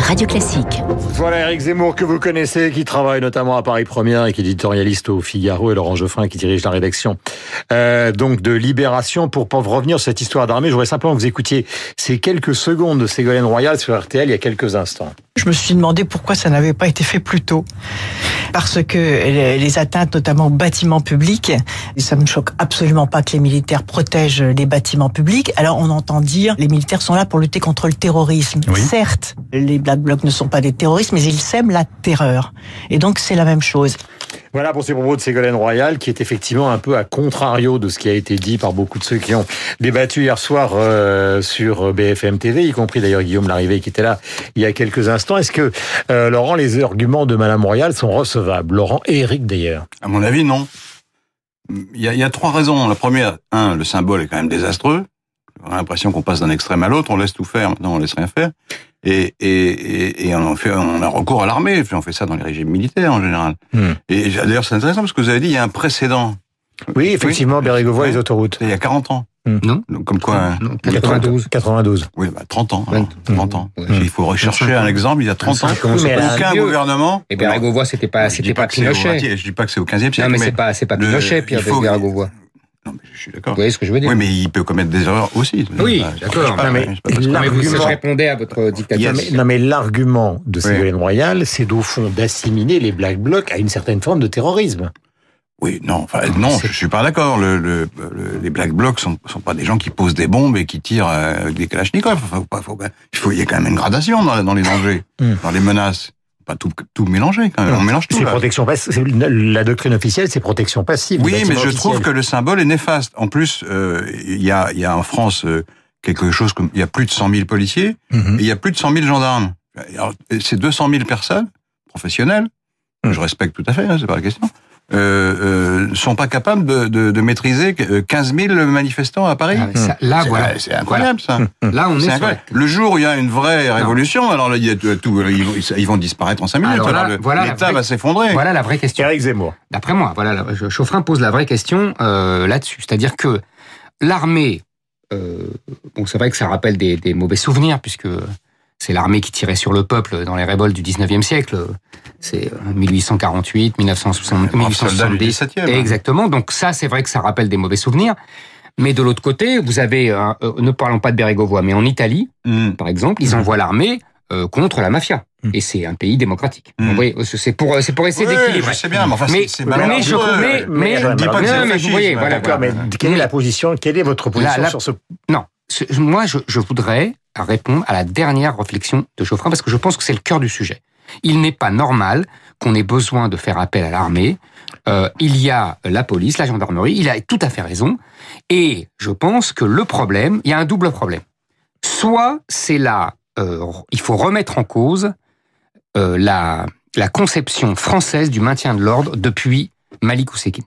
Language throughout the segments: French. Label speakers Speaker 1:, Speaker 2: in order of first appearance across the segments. Speaker 1: Radio Classique.
Speaker 2: Voilà Eric Zemmour que vous connaissez, qui travaille notamment à Paris Première et qui est éditorialiste au Figaro et Laurent Geoffrin qui dirige la rédaction euh, donc de Libération. Pour pas revenir sur cette histoire d'armée, je voudrais simplement que vous écoutiez ces quelques secondes de Ségolène Royal sur RTL il y a quelques instants.
Speaker 3: Je me suis demandé pourquoi ça n'avait pas été fait plus tôt. Parce que les atteintes, notamment aux bâtiments publics, et ça me choque absolument pas que les militaires protègent les bâtiments publics. Alors on entend dire les militaires sont là pour lutter contre le terrorisme.
Speaker 4: Oui.
Speaker 3: Certes, les Black Blocs ne sont pas des terroristes, mais ils sèment la terreur. Et donc c'est la même chose.
Speaker 2: Voilà pour ces propos de Ségolène Royal, qui est effectivement un peu à contrario de ce qui a été dit par beaucoup de ceux qui ont débattu hier soir euh, sur BFM TV, y compris d'ailleurs Guillaume Larrivé qui était là il y a quelques instants. Est-ce que, euh, Laurent, les arguments de Madame Royal sont recevables Laurent et Eric d'ailleurs.
Speaker 4: À mon avis, non. Il y, a, il y a trois raisons. La première, un, le symbole est quand même désastreux. On a l'impression qu'on passe d'un extrême à l'autre, on laisse tout faire, maintenant on laisse rien faire. Et, et, et, et on, en fait, on a recours à l'armée, on fait ça dans les régimes militaires en général.
Speaker 2: Hmm.
Speaker 4: Et d'ailleurs, c'est intéressant parce que vous avez dit, il y a un précédent.
Speaker 2: Oui, effectivement, Bérégovoy, les autoroutes.
Speaker 4: C'était il y a 40 ans.
Speaker 2: Hmm.
Speaker 5: Non.
Speaker 4: Donc, comme quoi, hein,
Speaker 5: Non, 92.
Speaker 2: 92.
Speaker 4: oui, bah, 30 ans. alors,
Speaker 5: 20.
Speaker 4: 30 ans.
Speaker 5: Ouais.
Speaker 4: Il faut rechercher un exemple, il y a 30 ans.
Speaker 5: Comment
Speaker 2: Mais
Speaker 5: c'est pas
Speaker 4: Aucun
Speaker 5: vieux
Speaker 4: gouvernement.
Speaker 5: Et Bérégovoy, c'était eh ben, pas,
Speaker 4: Je dis
Speaker 5: c'était pas
Speaker 4: que c'est au
Speaker 5: Pinochet.
Speaker 4: 20e, Je dis pas que c'est au 15e siècle.
Speaker 5: Non, mais c'est pas, c'est pas
Speaker 4: le-
Speaker 5: Pinochet, Pierre
Speaker 4: il faut-
Speaker 5: Bérégovoy.
Speaker 4: Non, mais je suis
Speaker 5: Vous
Speaker 4: d'accord.
Speaker 5: voyez ce que je veux dire?
Speaker 4: Oui, mais il peut commettre des erreurs aussi. Ah,
Speaker 5: Oui,
Speaker 4: Je- je- je-
Speaker 5: d'accord.
Speaker 4: je-
Speaker 2: Non, mais-
Speaker 4: je- je- je- je-
Speaker 5: Non, mais vous,
Speaker 2: L'argument-
Speaker 5: je répondais à votre dictateur.
Speaker 4: Yes.
Speaker 2: Non, mais, non, mais l'argument de Ségolène Royal, c'est d'au fond d'assimiler les Black Blocs à une certaine forme de terrorisme.
Speaker 4: Oui, non, enfin, non, je suis pas d'accord. Le, le- le- les Black Blocs sont, sont pas des gens qui posent des bombes et qui tirent euh, avec des kalachnikovs. Enfin, faut pas- faut pas- il faut, il y a quand même une gradation dans, dans les dangers,
Speaker 2: Hmm.
Speaker 4: dans les menaces. Pas tout, tout mélanger quand même.
Speaker 2: Non,
Speaker 4: On mélange tout.
Speaker 2: C'est
Speaker 4: là.
Speaker 2: protection pass- c'est- La doctrine officielle, c'est protection passive.
Speaker 4: Oui,
Speaker 2: du
Speaker 4: mais
Speaker 2: bâtiment
Speaker 4: je trouve
Speaker 2: officiel.
Speaker 4: que le symbole est néfaste. En plus, euh, il y, a, il y a en France euh, quelque chose comme il y a plus de 100 000 policiers
Speaker 2: Mhm.
Speaker 4: et
Speaker 2: Mm-hmm.
Speaker 4: il y a plus de 100 000 gendarmes. Alors, et C'est 200 000 personnes professionnelles,
Speaker 5: Hmm.
Speaker 4: que je respecte tout à fait, hein, c'est pas la question, euh, euh, sont pas capables de, de- de maîtriser euh, 15 000 manifestants à Paris.
Speaker 5: Ah, mais ça- là,
Speaker 4: C'est-
Speaker 5: voilà.
Speaker 4: C'est incroyable ça.
Speaker 5: Là, on
Speaker 4: C'est
Speaker 5: est sur la-
Speaker 4: incroyable. Le jour où il y a une vraie révolution, alors là, il y a tout, tout- euh, ils, vont, ils vont disparaître en 5 minutes.
Speaker 5: Alors là,
Speaker 4: Alors le-
Speaker 5: voilà la
Speaker 4: L'État
Speaker 5: vraie-
Speaker 4: va s'effondrer.
Speaker 5: Voilà la vraie question.
Speaker 2: Eric Zemmour.
Speaker 5: D'après moi, voilà, la- je- Chauffrin pose la vraie question euh, là-dessus. C'est-à-dire que l'armée, euh, bon, c'est vrai que ça rappelle des, des mauvais souvenirs, puisque c'est l'armée qui tirait sur le peuple dans les révoltes du 19e siècle. C'est euh, 1848, 1960,
Speaker 4: Les braves soldats du 17e,
Speaker 5: 1870.
Speaker 4: hein.
Speaker 5: Exactement. Donc ça, c'est vrai que ça rappelle des mauvais souvenirs. Mais de l'autre côté, vous avez, euh, euh, ne parlons pas de Bérégovoy, mais en Italie,
Speaker 4: Hmm.
Speaker 5: par exemple, ils envoient l'armée euh, contre la mafia.
Speaker 4: Mmh.
Speaker 5: Et c'est un pays démocratique.
Speaker 4: Mm.
Speaker 5: Vous voyez, c'est pour, c'est pour essayer
Speaker 4: Oui,
Speaker 5: d'équilibrer.
Speaker 4: je sais bien, mais enfin,
Speaker 5: mais,
Speaker 4: c'est- c'est
Speaker 5: mais, je,
Speaker 4: malheureux.
Speaker 5: mais,
Speaker 2: Mais
Speaker 5: mais,
Speaker 2: je dis pas que
Speaker 5: non,
Speaker 2: c'est
Speaker 5: mais vous
Speaker 4: fascisme,
Speaker 5: voyez,
Speaker 4: hein,
Speaker 5: voilà,
Speaker 2: D'accord,
Speaker 5: voilà.
Speaker 2: mais quelle est Mm-hmm. la position Quelle est votre position
Speaker 5: la-
Speaker 2: sur ce
Speaker 5: Non, ce- moi, je, je voudrais répondre à la dernière réflexion de Geoffrin parce que je pense que c'est le cœur du sujet. Il n'est pas normal qu'on ait besoin de faire appel à l'armée. Euh, il y a la police, la gendarmerie, il a tout à fait raison. Et je pense que le problème, il y a un double problème. Soit c'est là, euh, il faut remettre en cause euh, la, la conception française du maintien de l'ordre depuis Malik Oussekine.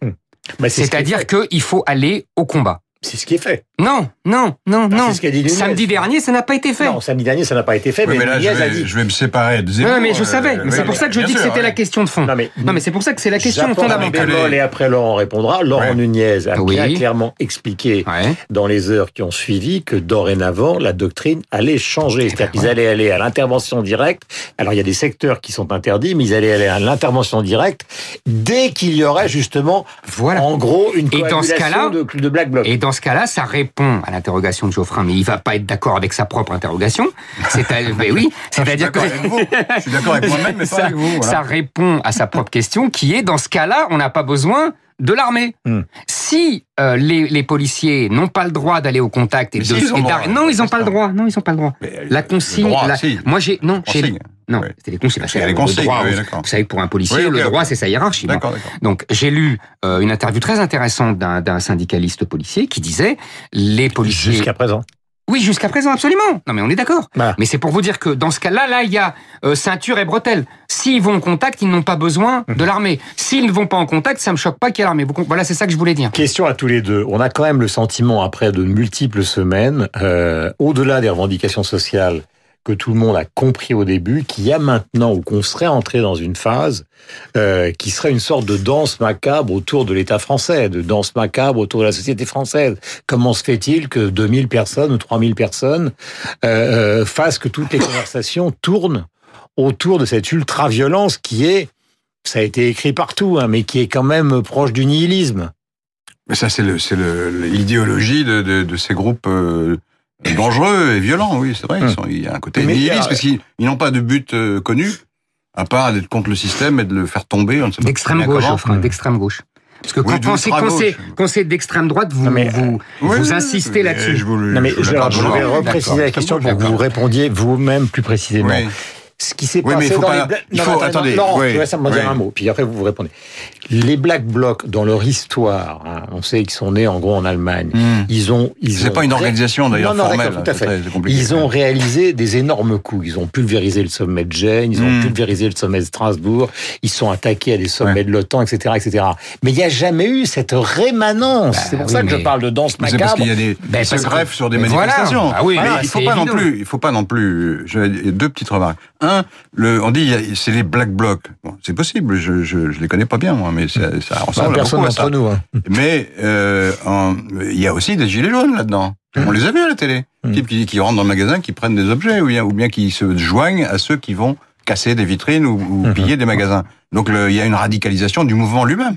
Speaker 2: Bah, c'est ce qui est
Speaker 5: C'est-à-dire
Speaker 2: fait.
Speaker 5: qu'il faut aller au combat.
Speaker 2: C'est ce qui est fait.
Speaker 5: Non, non, non,
Speaker 2: Ah,
Speaker 5: non.
Speaker 2: c'est ce qu'a dit Nunez.
Speaker 5: Samedi dernier, ça n'a pas été fait.
Speaker 2: Non, samedi dernier, ça n'a pas été fait,
Speaker 4: Oui,
Speaker 2: mais,
Speaker 4: mais là, je
Speaker 2: Nunez a dit.
Speaker 4: vais, je vais me séparer de Zemmour.
Speaker 5: Non, mais je
Speaker 4: euh,
Speaker 5: savais. Mais
Speaker 4: oui,
Speaker 5: c'est pour ça que je
Speaker 4: bien
Speaker 5: dis que
Speaker 4: sûr,
Speaker 5: c'était
Speaker 4: ouais.
Speaker 5: la question de fond.
Speaker 2: Non, mais-
Speaker 5: Non, mais c'est pour ça que c'est la question
Speaker 2: J'apporte
Speaker 5: fondamentale.
Speaker 2: des mots, Et après, Laurent répondra. Laurent
Speaker 4: Ouais.
Speaker 2: Nunez a
Speaker 5: Oui.
Speaker 2: bien clairement expliqué
Speaker 5: Ouais.
Speaker 2: dans les heures qui ont suivi que dorénavant, la doctrine allait changer. C'est-à-dire qu'ils allaient aller à l'intervention directe. Alors, il y a des secteurs qui sont interdits, mais ils allaient aller à l'intervention directe dès qu'il y aurait justement,
Speaker 5: Voilà.
Speaker 2: en gros, une
Speaker 5: Et dans ce
Speaker 2: coagulation
Speaker 5: cas-là-
Speaker 2: de, de Black Bloc.
Speaker 5: Et dans ce cas-là, ça répond à l'interrogation de Geoffrin, mais il va pas être d'accord avec sa propre interrogation. C'est à... mais oui, c'est-à-dire que
Speaker 4: Je suis d'accord avec vous. Je suis d'accord avec moi-même, mais pas
Speaker 5: ça,
Speaker 4: avec vous. voilà.
Speaker 5: ça répond à sa propre question, qui est dans ce cas-là, on n'a pas besoin de l'armée.
Speaker 2: Hmm.
Speaker 5: Si euh, les, les policiers n'ont pas le droit d'aller au contact et,
Speaker 4: Mais
Speaker 5: de,
Speaker 4: si, ils ont
Speaker 5: et
Speaker 4: le droit,
Speaker 5: d'arr- non, ils n'ont pas le droit. Non, ils n'ont pas le droit.
Speaker 4: Mais, euh,
Speaker 5: La
Speaker 4: le
Speaker 5: consigne,
Speaker 4: droit,
Speaker 5: la-
Speaker 4: si.
Speaker 5: moi j'ai non, j'ai-
Speaker 4: Consigne.
Speaker 5: non,
Speaker 4: Oui.
Speaker 5: c'était les consignes.
Speaker 4: C'était les
Speaker 5: le
Speaker 4: consignes,
Speaker 5: droit,
Speaker 4: oui,
Speaker 5: vous-
Speaker 4: d'accord.
Speaker 5: vous savez que pour un policier,
Speaker 4: Oui, ok,
Speaker 5: le
Speaker 4: ok.
Speaker 5: droit c'est sa hiérarchie. moi.
Speaker 4: D'accord, d'accord.
Speaker 5: Donc j'ai lu euh, une interview très intéressante d'un d'un syndicaliste policier qui disait les policiers.
Speaker 2: Jusqu'à Bah. présent.
Speaker 5: Oui, jusqu'à présent, absolument. Non, mais on est d'accord.
Speaker 2: Voilà.
Speaker 5: Mais c'est pour vous dire que dans ce cas-là, là, il y a euh, ceinture et bretelles. S'ils vont en contact, ils n'ont pas besoin
Speaker 2: Mhm.
Speaker 5: de l'armée. S'ils ne vont pas en contact, ça me choque pas qu'il y ait l'armée. Vous com- Voilà, c'est ça que je voulais dire.
Speaker 2: Question à tous les deux. On a quand même le sentiment, après de multiples semaines, euh, au-delà des revendications sociales que tout le monde a compris au début, qu'il y a maintenant, ou qu'on serait entré dans une phase euh, qui serait une sorte de danse macabre autour de l'État français, de danse macabre autour de la société française. Comment se fait-il que 2000 personnes ou 3000 personnes euh, euh, fassent que toutes les conversations tournent autour de cette ultra-violence qui est, ça a été écrit partout, hein, mais qui est quand même proche du nihilisme.
Speaker 4: Mais ça, c'est le- c'est le- l'idéologie de, de- de ces groupes euh, dangereux et violents, oui, c'est vrai. ils
Speaker 2: Hum.
Speaker 4: sont- il y a un côté
Speaker 2: Mais il y a-
Speaker 4: nihiliste, parce qu'ils ils n'ont pas de but euh, connu, à part d'être contre le système et de le faire tomber. on ne sait pas
Speaker 5: D'extrême
Speaker 4: très bien
Speaker 5: gauche,
Speaker 4: comment. Mhm.
Speaker 5: Geoffroy, d'extrême gauche. Parce que
Speaker 4: Oui,
Speaker 5: quand, quand c'est, quand,
Speaker 4: d'ultra-gauche.
Speaker 5: c'est, quand c'est d'extrême droite, vous,
Speaker 2: Non, mais, euh,
Speaker 5: vous,
Speaker 4: Oui,
Speaker 5: vous
Speaker 4: oui,
Speaker 5: insistez
Speaker 4: oui,
Speaker 5: là-dessus.
Speaker 4: mais Je vous, le-
Speaker 2: Non, mais
Speaker 4: je
Speaker 2: je,
Speaker 4: le
Speaker 2: alors, je
Speaker 4: pardonne.
Speaker 2: vais
Speaker 5: d'accord,
Speaker 2: repréciser la question pour que vous
Speaker 5: d'accord.
Speaker 2: répondiez vous-même plus
Speaker 4: Oui.
Speaker 2: précisément. Ce qui s'est
Speaker 4: Oui, mais
Speaker 2: passé
Speaker 4: il faut
Speaker 2: dans
Speaker 4: pas-
Speaker 2: les Black-
Speaker 4: il
Speaker 2: Non,
Speaker 4: faut-
Speaker 2: non, non,
Speaker 4: attendez,
Speaker 2: non,
Speaker 4: oui,
Speaker 2: je vais simplement dire
Speaker 4: oui.
Speaker 2: un mot, puis après vous vous répondez. Les Black Blocs, dans leur histoire, hein, on sait qu'ils sont nés en gros en Allemagne.
Speaker 4: Hum.
Speaker 2: Ils ont, ils
Speaker 4: C'est
Speaker 2: ont
Speaker 4: pas une
Speaker 2: ré-
Speaker 4: organisation d'ailleurs
Speaker 2: Non, non,
Speaker 4: formelle.
Speaker 2: d'accord, tout à
Speaker 4: c'est
Speaker 2: fait.
Speaker 4: très- c'est compliqué.
Speaker 2: Ils ont réalisé des énormes coups. Ils ont pulvérisé le sommet de Gênes, ils ont
Speaker 4: Mm.
Speaker 2: pulvérisé le sommet de Strasbourg, ils sont attaqués à des sommets
Speaker 4: Ouais.
Speaker 2: de l'OTAN, etc., etc. Mais il n'y a jamais eu cette rémanence.
Speaker 5: Bah
Speaker 2: c'est pour
Speaker 5: oui,
Speaker 2: ça que
Speaker 5: mais-
Speaker 2: je parle de danse
Speaker 4: Mais C'est parce
Speaker 2: macabre.
Speaker 4: qu'il y a des,
Speaker 5: Ben,
Speaker 4: ils se
Speaker 5: parce que-
Speaker 4: greffent sur des
Speaker 5: Mais voilà.
Speaker 4: manifestations.
Speaker 5: Ah oui,
Speaker 4: mais
Speaker 5: voilà,
Speaker 4: il faut
Speaker 5: c'est
Speaker 4: pas non
Speaker 5: évident.
Speaker 4: plus. Il faut pas non plus. Je vais- deux petites remarques. Un, le, on dit il y a- c'est les black blocs. Bon, c'est possible. Je, je je les connais pas bien moi, mais ça, ça
Speaker 5: Bah,
Speaker 2: Enfin,
Speaker 4: ressemble à
Speaker 2: Bah, personne
Speaker 4: beaucoup à
Speaker 2: d'entre
Speaker 4: ça.
Speaker 2: nous. hein.
Speaker 4: Mais euh, en- il y a aussi des gilets jaunes là-dedans.
Speaker 5: Hum.
Speaker 4: On les a vus à la télé.
Speaker 2: Mm.
Speaker 4: Types qui, qui rentrent dans le magasin, qui prennent des objets, ou bien, ou bien qui se joignent à ceux qui vont casser des vitrines ou, ou
Speaker 5: Hum.
Speaker 4: piller des magasins. Donc le- il y a une radicalisation du mouvement lui-même.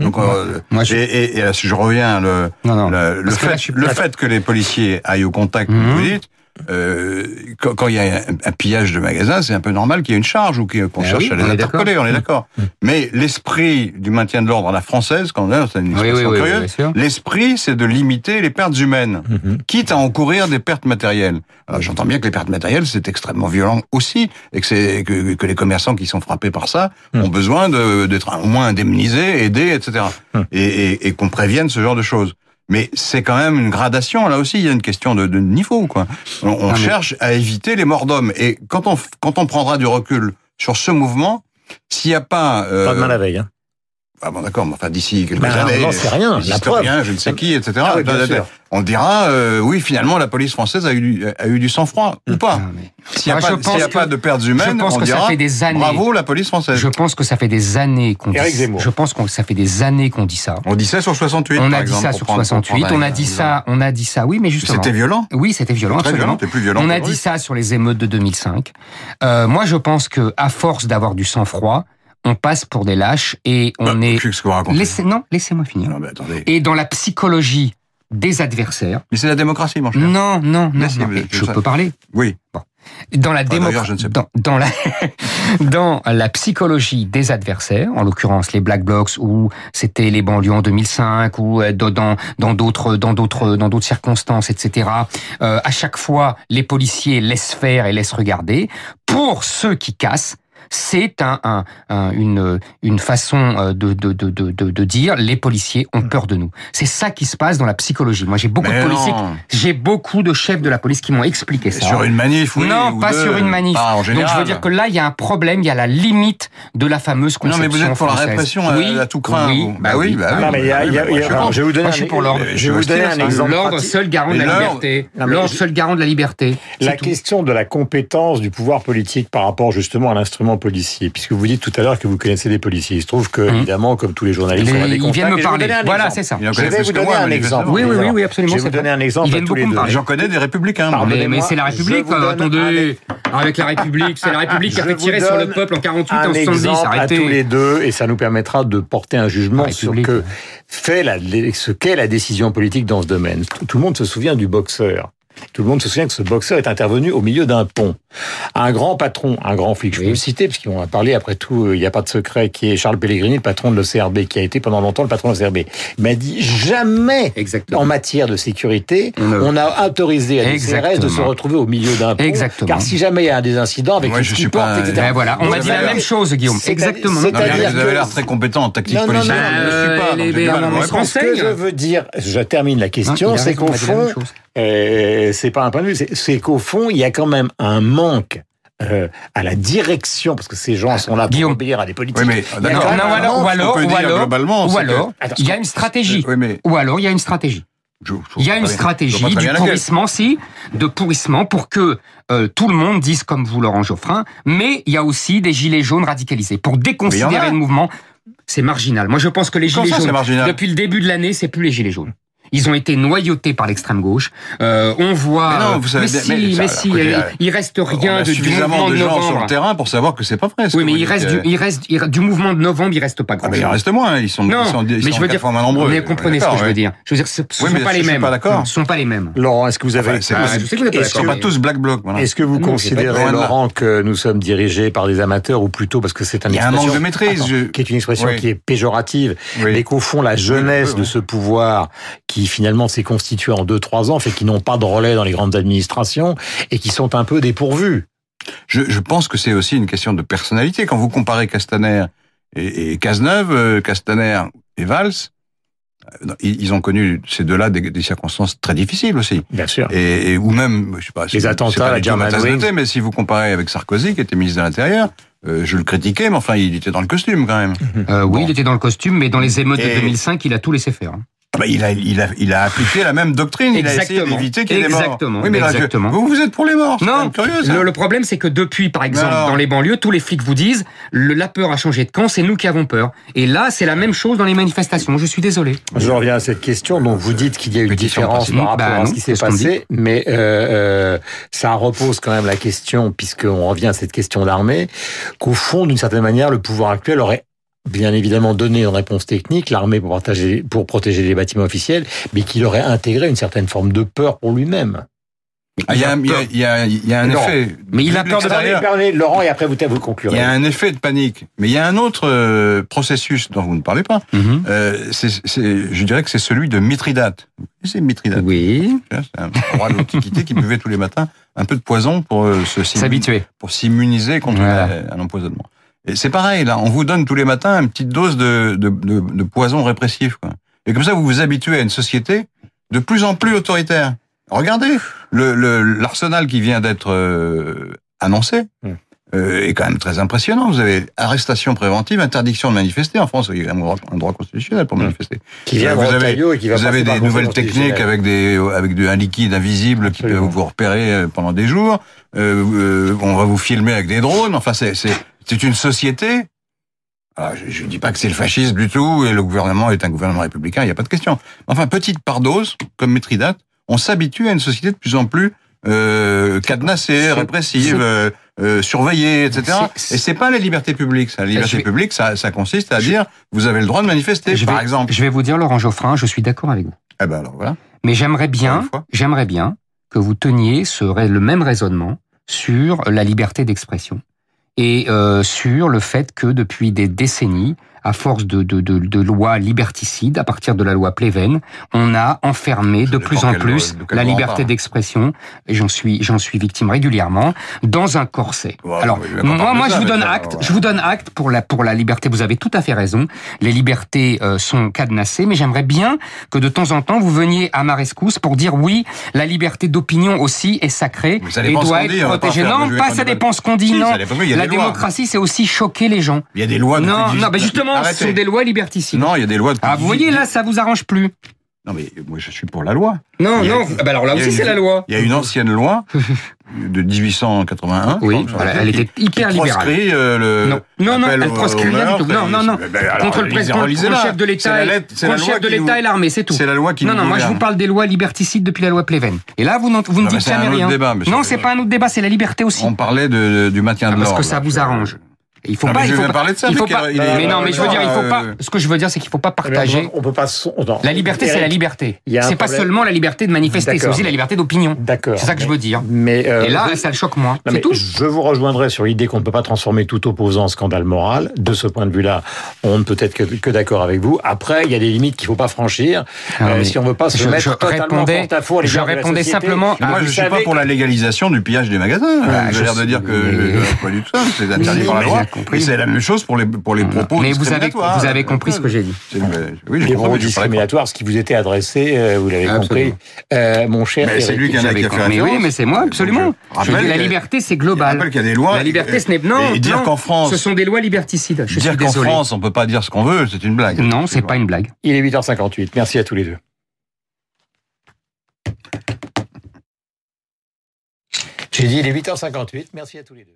Speaker 4: Donc euh,
Speaker 5: Hum. Moi, je-
Speaker 4: et, et- et là, je reviens à le,
Speaker 5: Non, non.
Speaker 4: le, le
Speaker 5: Ah. Parce que
Speaker 4: fait,
Speaker 5: là, je suis
Speaker 4: le
Speaker 5: pas-
Speaker 4: fait que les policiers aillent au contact,
Speaker 5: Mhm.
Speaker 4: comme vous dites, euh, quand quand il y a un, un pillage de magasin, c'est un peu normal qu'il y ait une charge ou qu'il- qu'on
Speaker 5: Ben
Speaker 4: cherche
Speaker 5: oui,
Speaker 4: à les
Speaker 5: on est Mm.
Speaker 4: interpeller, on est d'accord. Mais l'esprit du maintien de l'ordre à la française, quand même, c'est une
Speaker 5: Oui, oui,
Speaker 4: expression
Speaker 5: oui, oui,
Speaker 4: curieuse,
Speaker 5: bien sûr.
Speaker 4: l'esprit, c'est de limiter les pertes humaines,
Speaker 2: Mhm.
Speaker 4: quitte à encourir des pertes matérielles. Alors j'entends bien que les pertes matérielles, c'est extrêmement violent aussi, et que, c'est- que, que les commerçants qui sont frappés par ça
Speaker 2: Hmm.
Speaker 4: ont besoin de- d'être au moins indemnisés, aidés, etc.
Speaker 2: Hmm.
Speaker 4: Et, et- et qu'on prévienne ce genre de choses. Mais c'est quand même une gradation, là aussi, il y a une question de, de niveau. quoi. On, on
Speaker 5: Ah, mais-
Speaker 4: cherche à éviter les morts d'hommes. Et quand on, f- quand on prendra du recul sur ce mouvement, s'il n'y a pas... euh,
Speaker 2: Pas demain la veille. hein.
Speaker 4: ah bon, d'accord, mais enfin, d'ici quelques
Speaker 2: Ben,
Speaker 5: Bah,
Speaker 4: années.
Speaker 2: on n'en sait rien,
Speaker 4: les
Speaker 2: la
Speaker 4: historiens, je ne sais qui, etc.
Speaker 2: Ah oui, bien
Speaker 4: Da, da, da.
Speaker 2: sûr.
Speaker 4: On dira, euh, oui, finalement, la police française a eu, du- a eu du sang-froid, ou pas.
Speaker 5: Non, mais-
Speaker 4: S'il n'y a,
Speaker 5: Moi, Mm. Bah, je
Speaker 4: pas, s'il y a
Speaker 5: pense
Speaker 4: pas
Speaker 5: que-
Speaker 4: de pertes humaines,
Speaker 5: je pense
Speaker 4: Ah, on
Speaker 5: que ça
Speaker 4: dira,
Speaker 5: fait des années.
Speaker 4: bravo, la police française.
Speaker 5: Je pense que ça fait des années qu'on dit
Speaker 2: Éric Zemmour.
Speaker 5: Je pense que ça fait des années qu'on dit ça.
Speaker 4: On dit ça sur 68,
Speaker 5: On
Speaker 4: par
Speaker 5: a dit
Speaker 4: exemple,
Speaker 5: ça
Speaker 4: pour
Speaker 5: sur
Speaker 4: prendre- pour
Speaker 5: 68,
Speaker 4: prendre
Speaker 5: on
Speaker 4: un
Speaker 5: a dit
Speaker 4: exemple.
Speaker 5: ça, on a dit ça, oui, mais justement.
Speaker 4: C'était violent.
Speaker 5: Oui, c'était violent,
Speaker 4: Très
Speaker 5: absolument.
Speaker 4: violent, c'était plus violent.
Speaker 5: On a
Speaker 4: qu'aujourd'hui.
Speaker 5: dit ça sur les émeutes de 2005. Euh, moi, je pense que à force d'avoir du sang-froid, on passe pour des lâches et on
Speaker 4: Bah,
Speaker 5: est.
Speaker 4: Qu'est-ce que vous racontez
Speaker 5: Laissez... Non, laissez-moi finir.
Speaker 4: Non, mais attendez.
Speaker 5: Et dans la psychologie des adversaires.
Speaker 4: Mais c'est la démocratie, mon cher.
Speaker 5: Non, non, non.
Speaker 4: Laissez-
Speaker 5: non, mais
Speaker 4: je-
Speaker 5: je peux parler.
Speaker 4: Oui.
Speaker 5: Dans la
Speaker 4: Enfin, d'ailleurs,
Speaker 5: démocratie,
Speaker 4: je ne sais
Speaker 5: dans, dans la dans la psychologie des adversaires, en l'occurrence les Black Blocs ou c'était les banlieues en 2005 ou euh, dans dans- dans d'autres dans d'autres dans d'autres circonstances, etc. Euh, à chaque fois, les policiers laissent faire et laissent regarder. Pour ceux qui cassent. C'est un, un- un- une, une façon euh, de, de, de, de, de- de dire les policiers ont peur de nous. C'est ça qui se passe dans la psychologie. Moi, j'ai beaucoup
Speaker 4: Hmm. Mais
Speaker 5: de policiers,
Speaker 4: non.
Speaker 5: j'ai beaucoup de chefs de la police qui m'ont expliqué ça.
Speaker 4: Sur une manif, oui.
Speaker 5: Non,
Speaker 4: ou
Speaker 5: pas
Speaker 4: deux,
Speaker 5: sur une manif.
Speaker 4: pas en général.
Speaker 5: Donc je veux dire que là, il y a un problème, il y a la limite de la fameuse
Speaker 4: Non,
Speaker 5: conception
Speaker 4: mais vous êtes pour la
Speaker 5: française.
Speaker 4: répression à-
Speaker 5: oui,
Speaker 4: à tout craint,
Speaker 5: Oui,
Speaker 4: vous. Bah oui, bah oui.
Speaker 2: Non, mais il y a- il y a-
Speaker 4: Moi, je suis
Speaker 2: alors,
Speaker 4: contre.
Speaker 2: Je vais vous donner
Speaker 5: Moi, je suis
Speaker 2: un-
Speaker 5: pour l'ordre.
Speaker 2: je vais vous donner un
Speaker 4: Mais
Speaker 2: exemple.
Speaker 5: L'ordre
Speaker 2: pratique.
Speaker 5: seul garant de
Speaker 4: Mais
Speaker 5: la
Speaker 4: l'ordre-
Speaker 5: liberté.
Speaker 2: Non, mais
Speaker 5: L'ordre
Speaker 2: je-
Speaker 5: seul garant de la liberté. C'est
Speaker 2: La
Speaker 5: tout.
Speaker 2: question de la compétence du pouvoir politique par rapport justement à l'instrument policier, puisque vous dites tout à l'heure que vous connaissez des policiers. Il se trouve que,
Speaker 5: Mhm.
Speaker 2: évidemment, comme tous les journalistes, on a des
Speaker 5: Ils viennent
Speaker 2: contacts.
Speaker 5: me
Speaker 2: Et je vais vous
Speaker 5: parler.
Speaker 2: donner un
Speaker 5: Voilà,
Speaker 2: exemple.
Speaker 5: c'est ça.
Speaker 4: Il y en a
Speaker 2: Je
Speaker 4: connaît
Speaker 2: vais
Speaker 4: plus
Speaker 2: vous
Speaker 4: que
Speaker 2: donner
Speaker 4: moi,
Speaker 2: un
Speaker 4: manifestement.
Speaker 2: exemple.
Speaker 5: Oui, oui, oui, oui, absolument,
Speaker 2: Je vais vous
Speaker 5: c'est
Speaker 2: donner
Speaker 5: vrai.
Speaker 2: un exemple.
Speaker 5: Ils
Speaker 2: à
Speaker 5: viennent
Speaker 2: tous les
Speaker 5: beaucoup me
Speaker 2: deux.
Speaker 5: parler.
Speaker 4: J'en connais des républicains.
Speaker 2: Pardon.
Speaker 5: Mais,
Speaker 2: Pardonnez-moi,
Speaker 5: mais c'est la République,
Speaker 2: je vous donne
Speaker 5: attendez. Avec la République, c'est la République qui a
Speaker 2: Je
Speaker 5: fait
Speaker 2: vous
Speaker 5: tirer sur le
Speaker 2: donne
Speaker 5: peuple en 48 et
Speaker 2: Un
Speaker 5: en 70.
Speaker 2: exemple à tous
Speaker 5: Arrêtez.
Speaker 2: les deux, et ça nous permettra de porter un jugement
Speaker 5: Ah,
Speaker 2: sur
Speaker 5: République.
Speaker 2: que fait la, ce qu'est la décision politique dans ce domaine. Tout, tout le monde se souvient du boxeur. Tout le monde se souvient que ce boxeur est intervenu au milieu d'un pont. Un grand patron, un grand flic, je
Speaker 5: Oui.
Speaker 2: peux le citer, parce qu'on a parlé, après tout, euh, il n'y a pas de secret, qui est Charles Pellegrini, le patron de l'OCRB, qui a été pendant longtemps le patron de l'OCRB. Il m'a dit jamais, en
Speaker 5: Exactement.
Speaker 2: matière de sécurité,
Speaker 5: On a-
Speaker 2: on a autorisé à des CRS de
Speaker 5: Exactement.
Speaker 2: se retrouver au milieu d'un pont.
Speaker 5: Exactement.
Speaker 2: Car si jamais il y a un des incidents avec
Speaker 4: Moi,
Speaker 2: une
Speaker 4: je suis
Speaker 2: petite porte,
Speaker 4: pas-
Speaker 2: etc.
Speaker 5: Ben voilà, on
Speaker 2: Vous
Speaker 5: m'a dit la
Speaker 2: avez-
Speaker 5: même chose, Guillaume.
Speaker 2: C'est-
Speaker 5: Exactement.
Speaker 2: c'est-
Speaker 4: Non, mais
Speaker 2: C'est-à-dire
Speaker 4: vous avez
Speaker 2: que-
Speaker 4: l'air très compétent en tactique
Speaker 2: Non, non,
Speaker 4: policière.
Speaker 2: non,
Speaker 4: je ne
Speaker 5: euh,
Speaker 4: suis pas.
Speaker 5: les
Speaker 4: donc j'ai
Speaker 5: BRM,
Speaker 4: pas la
Speaker 5: on
Speaker 4: bonne
Speaker 5: se
Speaker 4: réponse.
Speaker 2: Ce que
Speaker 5: Conseil.
Speaker 2: je veux dire, je termine la
Speaker 5: Non, Hein, il
Speaker 2: question,
Speaker 5: a
Speaker 2: c'est
Speaker 5: raison,
Speaker 2: qu'au
Speaker 5: on m'a dit la même
Speaker 2: fond,
Speaker 5: chose.
Speaker 2: euh, c'est pas un point de vue, c'est- c'est qu'au fond, il y a quand même un manque euh, à la direction, parce que ces gens sont là pour
Speaker 5: Guillaume.
Speaker 2: obéir à des politiques.
Speaker 4: Oui, mais
Speaker 2: Il y a
Speaker 5: Non,
Speaker 4: d'accord.
Speaker 2: quand même
Speaker 5: non, ou
Speaker 2: un
Speaker 5: alors,
Speaker 2: manque.
Speaker 5: ou
Speaker 4: ce qu'on
Speaker 5: alors,
Speaker 4: peut
Speaker 5: ou
Speaker 4: dire globalement,
Speaker 5: alors, ou
Speaker 4: c'est
Speaker 5: alors,
Speaker 2: Attends,
Speaker 5: il y a une stratégie.
Speaker 4: Oui, mais
Speaker 5: Ou alors, il y a une stratégie.
Speaker 4: je- je- je-
Speaker 5: Il y a une
Speaker 4: je- je- je
Speaker 5: stratégie
Speaker 4: vois pas
Speaker 5: du
Speaker 4: bien laquelle.
Speaker 5: pourrissement, si, de pourrissement pour que euh, tout le monde dise comme vous, Laurent Geoffrin, mais il y a aussi des gilets jaunes radicalisés. Pour
Speaker 4: Mais il y en a.
Speaker 5: déconsidérer le mouvement, c'est marginal. Moi, je pense que les
Speaker 4: Comment
Speaker 5: gilets
Speaker 4: ça, c'est
Speaker 5: jaunes,
Speaker 4: marginal
Speaker 5: depuis le début de l'année, c'est plus les gilets jaunes. Ils ont été noyautés par l'extrême gauche. Euh, on voit.
Speaker 4: Mais non, vous savez bien-
Speaker 5: si,
Speaker 4: mais ça,
Speaker 5: mais, si,
Speaker 4: écoutez,
Speaker 5: il-
Speaker 4: euh,
Speaker 5: il reste
Speaker 4: on
Speaker 5: rien
Speaker 4: a
Speaker 5: de, du
Speaker 4: suffisamment
Speaker 5: mouvement
Speaker 4: de
Speaker 5: de
Speaker 4: gens sur
Speaker 5: novembre.
Speaker 4: le terrain pour savoir que c'est pas vrai. ce
Speaker 5: Oui,
Speaker 4: que
Speaker 5: mais
Speaker 4: vous
Speaker 5: il
Speaker 4: dites.
Speaker 5: reste, du, il reste il- du mouvement de novembre, il reste pas grand
Speaker 4: Ah, mais il
Speaker 5: chose.
Speaker 4: en reste moins. Ils sont,
Speaker 5: Non,
Speaker 4: ils sont, ils
Speaker 5: mais
Speaker 4: sont
Speaker 5: je veux dire,
Speaker 4: 80 nombreux.
Speaker 5: mais comprenez ce que
Speaker 4: D'accord,
Speaker 5: je
Speaker 4: ouais.
Speaker 5: veux dire. Je veux dire, ce ne
Speaker 4: Oui,
Speaker 5: sont
Speaker 4: mais
Speaker 5: pas
Speaker 4: je
Speaker 5: les
Speaker 4: suis
Speaker 5: mêmes.
Speaker 4: pas d'accord.
Speaker 5: Non, Ce sont pas les mêmes.
Speaker 2: Laurent, est-ce que vous avez...
Speaker 4: Enfin, c'est
Speaker 5: Ah,
Speaker 4: possible.
Speaker 5: je sais que vous êtes
Speaker 4: Ils
Speaker 5: pas
Speaker 4: sont
Speaker 5: d'accord.
Speaker 4: pas tous black bloc. voilà.
Speaker 2: Est-ce que vous
Speaker 5: Non, c'est
Speaker 4: pas
Speaker 2: considérez,
Speaker 4: loin de là.
Speaker 2: Laurent, que nous sommes dirigés par des amateurs ou plutôt parce que c'est un
Speaker 4: Il y a un
Speaker 2: expression-
Speaker 4: manque de maîtrise,
Speaker 2: Attends,
Speaker 4: je-
Speaker 2: qui est une expression
Speaker 4: Oui.
Speaker 2: qui est péjorative,
Speaker 4: Oui.
Speaker 2: mais qu'au fond la jeunesse
Speaker 4: oui, oui.
Speaker 2: de ce pouvoir qui finalement s'est constitué en deux trois ans fait qu'ils n'ont pas de relais dans les grandes administrations et qui sont un peu dépourvus.
Speaker 4: Je, je pense que c'est aussi une question de personnalité. Quand vous comparez Castaner et, et Cazeneuve, euh, Castaner et Valls, euh, non, ils, ils ont connu ces deux-là des, des circonstances très difficiles aussi.
Speaker 2: Bien sûr.
Speaker 4: Et, et- ou même, je sais pas,
Speaker 2: Les
Speaker 4: c'est-
Speaker 2: attentats,
Speaker 4: c'est pas
Speaker 2: la
Speaker 4: du tout ma
Speaker 2: German
Speaker 4: tasse de
Speaker 2: Wings.
Speaker 4: thé, mais si vous comparez avec Sarkozy, qui était ministre de l'Intérieur, euh, je le critiquais, mais enfin, il était dans le costume quand même.
Speaker 5: Euh,
Speaker 4: Bon.
Speaker 5: Oui, il était dans le costume, mais dans les émeutes
Speaker 4: Et-
Speaker 5: de 2005, il a tout laissé faire. hein.
Speaker 4: Ah bah, il, a, il, a, il a appliqué la même doctrine, il a essayé
Speaker 5: Exactement.
Speaker 4: d'éviter qu'il y ait des morts.
Speaker 5: Exactement,
Speaker 4: Oui, mais là, je-
Speaker 5: exactement.
Speaker 4: vous, vous êtes pour les morts, c'est quand
Speaker 5: Non,
Speaker 4: même curieux. ça.
Speaker 5: le, le problème c'est que depuis, par exemple,
Speaker 4: alors
Speaker 5: dans les banlieues, tous les flics vous disent le, la peur a changé de camp, c'est nous qui avons peur. Et là, c'est la même chose dans les manifestations. Je suis désolé.
Speaker 2: Je reviens à cette question. Donc, vous dites qu'il y a une
Speaker 4: Pétition
Speaker 2: différence
Speaker 5: principe.
Speaker 2: par rapport
Speaker 5: Bah
Speaker 2: à
Speaker 4: Ben,
Speaker 5: non,
Speaker 2: ce qui s'est
Speaker 5: c'est ce qu'on
Speaker 2: passé, mais euh, euh, ça repose quand même la question, puisqu'on revient à cette question d'armée, qu'au fond, d'une certaine manière, le pouvoir actuel aurait bien évidemment donné une réponse technique, l'armée pour, partager- pour protéger les bâtiments officiels, mais qu'il aurait intégré une certaine forme de peur pour lui-même.
Speaker 4: Ah, Il y a, il y a- il y a- il y a un
Speaker 2: Non.
Speaker 4: effet.
Speaker 5: Mais il a
Speaker 4: vu
Speaker 5: peur de
Speaker 4: l'extérieur.
Speaker 2: Pardonnez, Laurent, et après vous, vous
Speaker 4: Il
Speaker 2: conclurez.
Speaker 4: y a un effet de panique. Mais il y a un autre euh, processus dont vous ne parlez pas. Euh, c'est- c'est- je dirais que c'est celui de Mithridate. C'est Mithridate.
Speaker 5: Oui,
Speaker 4: tu vois, Hein, C'est un roi de l'Antiquité qui buvait tous les matins un peu de poison pour euh, se s'immu-
Speaker 5: s'habituer.
Speaker 4: pour s'immuniser contre
Speaker 5: Voilà.
Speaker 4: la- un empoisonnement. Et c'est pareil, là, on vous donne tous les matins une petite dose de, de, de, de poison répressif. Quoi. Et comme ça, vous vous habituez à une société de plus en plus autoritaire. Regardez, le- le- l'arsenal qui vient d'être euh, annoncé
Speaker 2: Mm.
Speaker 5: Hum.
Speaker 4: euh, est quand même très impressionnant. Vous avez arrestation préventive, interdiction de manifester. En France, il y a un droit, un droit constitutionnel
Speaker 5: Hum.
Speaker 4: pour
Speaker 2: Mm.
Speaker 4: manifester.
Speaker 2: Qui vient de
Speaker 4: Vous avez-
Speaker 2: Rotaillot et qui va
Speaker 4: Vous
Speaker 2: passer
Speaker 4: avez
Speaker 2: par
Speaker 4: des
Speaker 2: le Conseil
Speaker 4: nouvelles techniques
Speaker 2: constitutionnel.
Speaker 4: avec des avec de, un liquide invisible qui peut
Speaker 2: Absolument.
Speaker 4: vous repérer euh, pendant des jours. Euh, euh, on va vous filmer avec des drones. Enfin, c'est c'est c'est une société. Alors, je, je dis pas que c'est le fascisme du tout et le gouvernement est un gouvernement républicain. Il n'y a pas de question. Enfin, petite par dose, comme Métridate, on s'habitue à une société de plus en plus euh, cadenassée,
Speaker 5: C'est-
Speaker 4: répressive.
Speaker 5: c'est-
Speaker 4: euh, euh, surveillée, etc.
Speaker 5: C'est-
Speaker 4: et c'est pas la liberté publique. Ça. La liberté
Speaker 5: vais-
Speaker 4: publique, ça, ça consiste à dire vous avez le droit de manifester,
Speaker 5: Je
Speaker 4: par
Speaker 5: vais-
Speaker 4: exemple.
Speaker 5: Je vais vous dire, Laurent Geoffrin, je suis d'accord avec vous.
Speaker 4: Eh ben alors voilà.
Speaker 5: Mais j'aimerais
Speaker 4: Encore
Speaker 5: bien,
Speaker 4: une fois.
Speaker 5: j'aimerais bien que vous teniez ce, rai- le même raisonnement sur la liberté d'expression et euh, sur le fait que depuis des décennies, à force de, de, de, de lois liberticides, à partir de la loi Pleven, on a enfermé de
Speaker 4: dépend
Speaker 5: plus en
Speaker 4: quelle-
Speaker 5: plus
Speaker 4: de quelle
Speaker 5: la
Speaker 4: loi on
Speaker 5: liberté
Speaker 4: parle.
Speaker 5: d'expression. et J'en suis, j'en suis victime régulièrement dans un corset.
Speaker 4: Ouais,
Speaker 5: Alors,
Speaker 4: oui, mais quand on
Speaker 5: moi,
Speaker 4: parle
Speaker 5: moi
Speaker 4: de
Speaker 5: je
Speaker 4: ça,
Speaker 5: vous
Speaker 4: mais
Speaker 5: donne
Speaker 4: ça,
Speaker 5: acte.
Speaker 4: ouais.
Speaker 5: Je vous donne acte pour la pour la liberté. Vous avez tout à fait raison. Les libertés euh, sont cadenassées, mais j'aimerais bien que de temps en temps vous veniez à ma rescousse pour dire oui, la liberté d'opinion aussi est sacrée
Speaker 4: Mais ça
Speaker 5: et
Speaker 4: dépend ce qu'on
Speaker 5: doit être
Speaker 4: dit, on va pas
Speaker 5: protégée.
Speaker 4: faire
Speaker 5: non,
Speaker 4: le jeu
Speaker 5: pas
Speaker 4: qu'on
Speaker 5: ça
Speaker 4: dit.
Speaker 5: dépend ce qu'on dit.
Speaker 4: Si,
Speaker 5: non,
Speaker 4: ça dépend, il y a
Speaker 5: la
Speaker 4: des lois. Ah,
Speaker 5: démocratie c'est aussi choquer les gens.
Speaker 4: Il y a des lois. de
Speaker 5: non,
Speaker 4: plus
Speaker 5: non,
Speaker 4: dix-
Speaker 5: mais justement,
Speaker 4: Arrêtez.
Speaker 5: ce sont des lois liberticides.
Speaker 4: Non, il y a des lois. de plus
Speaker 5: Ah,
Speaker 4: dix-
Speaker 5: vous voyez là, ça vous arrange plus.
Speaker 4: Non, mais moi, je suis pour la loi.
Speaker 5: Non,
Speaker 4: Il y a-
Speaker 5: non. bah alors là
Speaker 4: il y a une-
Speaker 5: aussi, c'est la loi.
Speaker 4: Il y a une ancienne loi de 1881. je
Speaker 5: Oui,
Speaker 4: pense,
Speaker 5: voilà,
Speaker 4: qui-
Speaker 5: elle était
Speaker 4: qui
Speaker 5: hyper libérale.
Speaker 4: proscrit euh, le.
Speaker 5: Non, non, non,
Speaker 4: l'appel
Speaker 5: elle
Speaker 4: au-
Speaker 5: proscrit
Speaker 4: au
Speaker 5: rien du
Speaker 4: meurtre,
Speaker 5: tout. Non,
Speaker 4: et-
Speaker 5: non, non.
Speaker 4: Eh ben, alors,
Speaker 5: Contre le,
Speaker 4: lisez-
Speaker 5: président, contre le
Speaker 4: relisez-la.
Speaker 5: chef de
Speaker 4: C'est la
Speaker 5: l'État, et-
Speaker 4: lettre- c'est
Speaker 5: contre
Speaker 4: la
Speaker 5: le
Speaker 4: loi
Speaker 5: chef de
Speaker 4: qui nous-
Speaker 5: l'État et l'armée, c'est tout.
Speaker 4: C'est la loi qui
Speaker 5: Non,
Speaker 4: nous
Speaker 5: non, moi je
Speaker 4: gouverne.
Speaker 5: vous parle des lois liberticides depuis la loi Pleven. Et là, vous, n'en- vous ne
Speaker 4: Non, mais
Speaker 5: dites
Speaker 4: c'est un
Speaker 5: jamais
Speaker 4: autre
Speaker 5: rien.
Speaker 4: débat, monsieur.
Speaker 5: non, c'est pas un autre débat, c'est la liberté aussi.
Speaker 4: On parlait de, du maintien
Speaker 5: Ah,
Speaker 4: de
Speaker 5: parce
Speaker 4: l'ordre.
Speaker 5: que ça
Speaker 4: là,
Speaker 5: vous
Speaker 4: je-
Speaker 5: arrange. Il faut
Speaker 4: Ah, mais
Speaker 5: pas.
Speaker 4: je
Speaker 5: il faut
Speaker 4: vais
Speaker 5: pas-
Speaker 4: parler de ça,
Speaker 5: il faut
Speaker 4: mais
Speaker 5: pas-
Speaker 4: qu'il est-
Speaker 5: Mais non, mais je veux dire, il faut pas.
Speaker 4: Euh,
Speaker 5: Ce que je veux dire, c'est qu'il faut pas partager.
Speaker 2: On peut pas. son- non.
Speaker 5: La liberté, c'est la liberté.
Speaker 2: Il y a un
Speaker 5: C'est pas
Speaker 2: problème.
Speaker 5: seulement la liberté de manifester, c'est
Speaker 2: D'accord.
Speaker 5: aussi la liberté d'opinion.
Speaker 2: D'accord.
Speaker 5: C'est ça que je veux dire.
Speaker 2: Mais euh,
Speaker 5: Et là,
Speaker 2: vous-
Speaker 5: ça le choque moins.
Speaker 2: Non,
Speaker 5: C'est
Speaker 2: mais
Speaker 5: tout.
Speaker 2: Je vous rejoindrai sur l'idée qu'on ne peut pas transformer tout opposant en scandale moral. De ce point de vue-là, on ne peut être que, que d'accord avec vous. Après, il y a des limites qu'il ne faut pas franchir
Speaker 5: Ah,
Speaker 2: euh,
Speaker 5: mais
Speaker 2: si on ne veut pas se
Speaker 5: je-
Speaker 2: mettre
Speaker 5: je
Speaker 2: totalement en
Speaker 5: répondais-
Speaker 2: porte-à-faux à
Speaker 5: je
Speaker 2: l'égard de la
Speaker 5: répondais
Speaker 2: société.
Speaker 5: simplement à-
Speaker 4: Moi, je
Speaker 2: Vous
Speaker 4: suis
Speaker 2: savez-
Speaker 4: pas pour la légalisation du pillage des magasins.
Speaker 5: Ah,
Speaker 4: J'ai
Speaker 5: je
Speaker 4: l'air de
Speaker 5: suis-
Speaker 4: dire que
Speaker 5: mais-
Speaker 4: euh, pas du tout ça. C'est interdit
Speaker 5: Oui,
Speaker 4: par la
Speaker 5: mais
Speaker 4: loi.
Speaker 5: j'ai compris.
Speaker 4: Et c'est la même chose pour les pour les propos.
Speaker 5: Mais vous avez,
Speaker 4: discriminatoires.
Speaker 5: vous avez compris ce que j'ai dit.
Speaker 4: C'est- mais- Oui, j'ai
Speaker 2: Les propos
Speaker 4: compris. mais je parlais pas-
Speaker 2: discriminatoires, ce qui vous était adressé, euh, vous l'avez
Speaker 5: Absolument.
Speaker 2: compris, euh, mon cher
Speaker 4: Mais c'est
Speaker 2: Eric.
Speaker 4: lui qui en a
Speaker 5: J'avais
Speaker 4: qui a fait
Speaker 5: compris. Mais oui,
Speaker 4: référence.
Speaker 5: mais c'est moi, absolument.
Speaker 4: Donc, je
Speaker 5: Je dis,
Speaker 4: rappelle
Speaker 5: la
Speaker 4: que-
Speaker 5: liberté, c'est
Speaker 4: Je rappelle
Speaker 5: global.
Speaker 4: qu'il y a des lois.
Speaker 5: La liberté,
Speaker 4: et-
Speaker 5: ce n'est non,
Speaker 4: Et dire
Speaker 5: non,
Speaker 4: qu'en France,
Speaker 5: ce sont des lois liberticides. Je
Speaker 4: dire
Speaker 5: suis
Speaker 4: qu'en
Speaker 5: désolé.
Speaker 4: France, on peut pas dire ce qu'on veut, c'est une blague.
Speaker 5: non, c'est pas une blague.
Speaker 2: Il est 8h58. Merci à tous les deux. J'ai dit il est 8h58. Merci à tous les deux.